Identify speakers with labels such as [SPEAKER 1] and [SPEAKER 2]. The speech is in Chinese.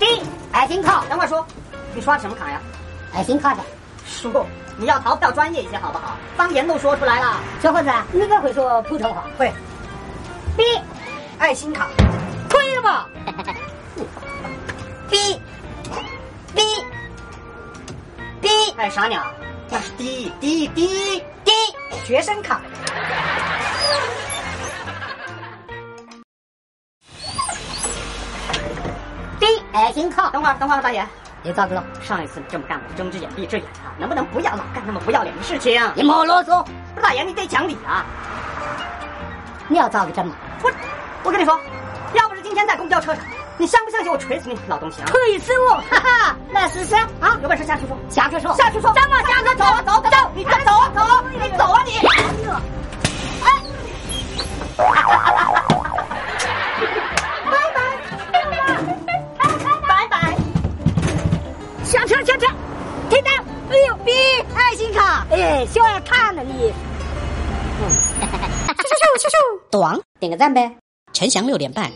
[SPEAKER 1] 哎
[SPEAKER 2] 爱心靠，
[SPEAKER 1] 等会儿叔，你刷的什么卡呀？
[SPEAKER 2] 爱心靠的。
[SPEAKER 1] 叔，你要淘票专业一些好不好？方言都说出来了。
[SPEAKER 2] 小伙子，你这会说普通话？
[SPEAKER 1] 会，
[SPEAKER 2] 逼，
[SPEAKER 1] 爱心卡，
[SPEAKER 2] 推了吧？
[SPEAKER 1] 哔，哔，哔。哎，傻鸟，那是滴滴滴滴学生卡。
[SPEAKER 2] 逼，爱心靠。
[SPEAKER 1] 等会儿，等会儿，大爷，
[SPEAKER 2] 你咋个了？
[SPEAKER 1] 上一次你这么干，我睁只眼闭只眼啊！能不能不要老干那么不要脸的事情？
[SPEAKER 2] 你莫啰嗦，
[SPEAKER 1] 不是大爷，你得讲理啊！
[SPEAKER 2] 你要咋个整嘛？
[SPEAKER 1] 我，我跟你说，要不是今天在公交车上，你相不相信我锤死你，老东西啊！
[SPEAKER 2] 推死我！哈哈，那是啥啊？
[SPEAKER 1] 有本事下去说，
[SPEAKER 2] 下去说。
[SPEAKER 1] 下去说，
[SPEAKER 2] 走啊，哎下去
[SPEAKER 1] 走啊走走，你快走啊走啊，你走啊你！
[SPEAKER 2] 哎拜拜。下车下车，听到？哎呦，逼爱心卡，哎，小要看了你。咻咻咻咻，短，点个赞呗。
[SPEAKER 3] 陈翔六点半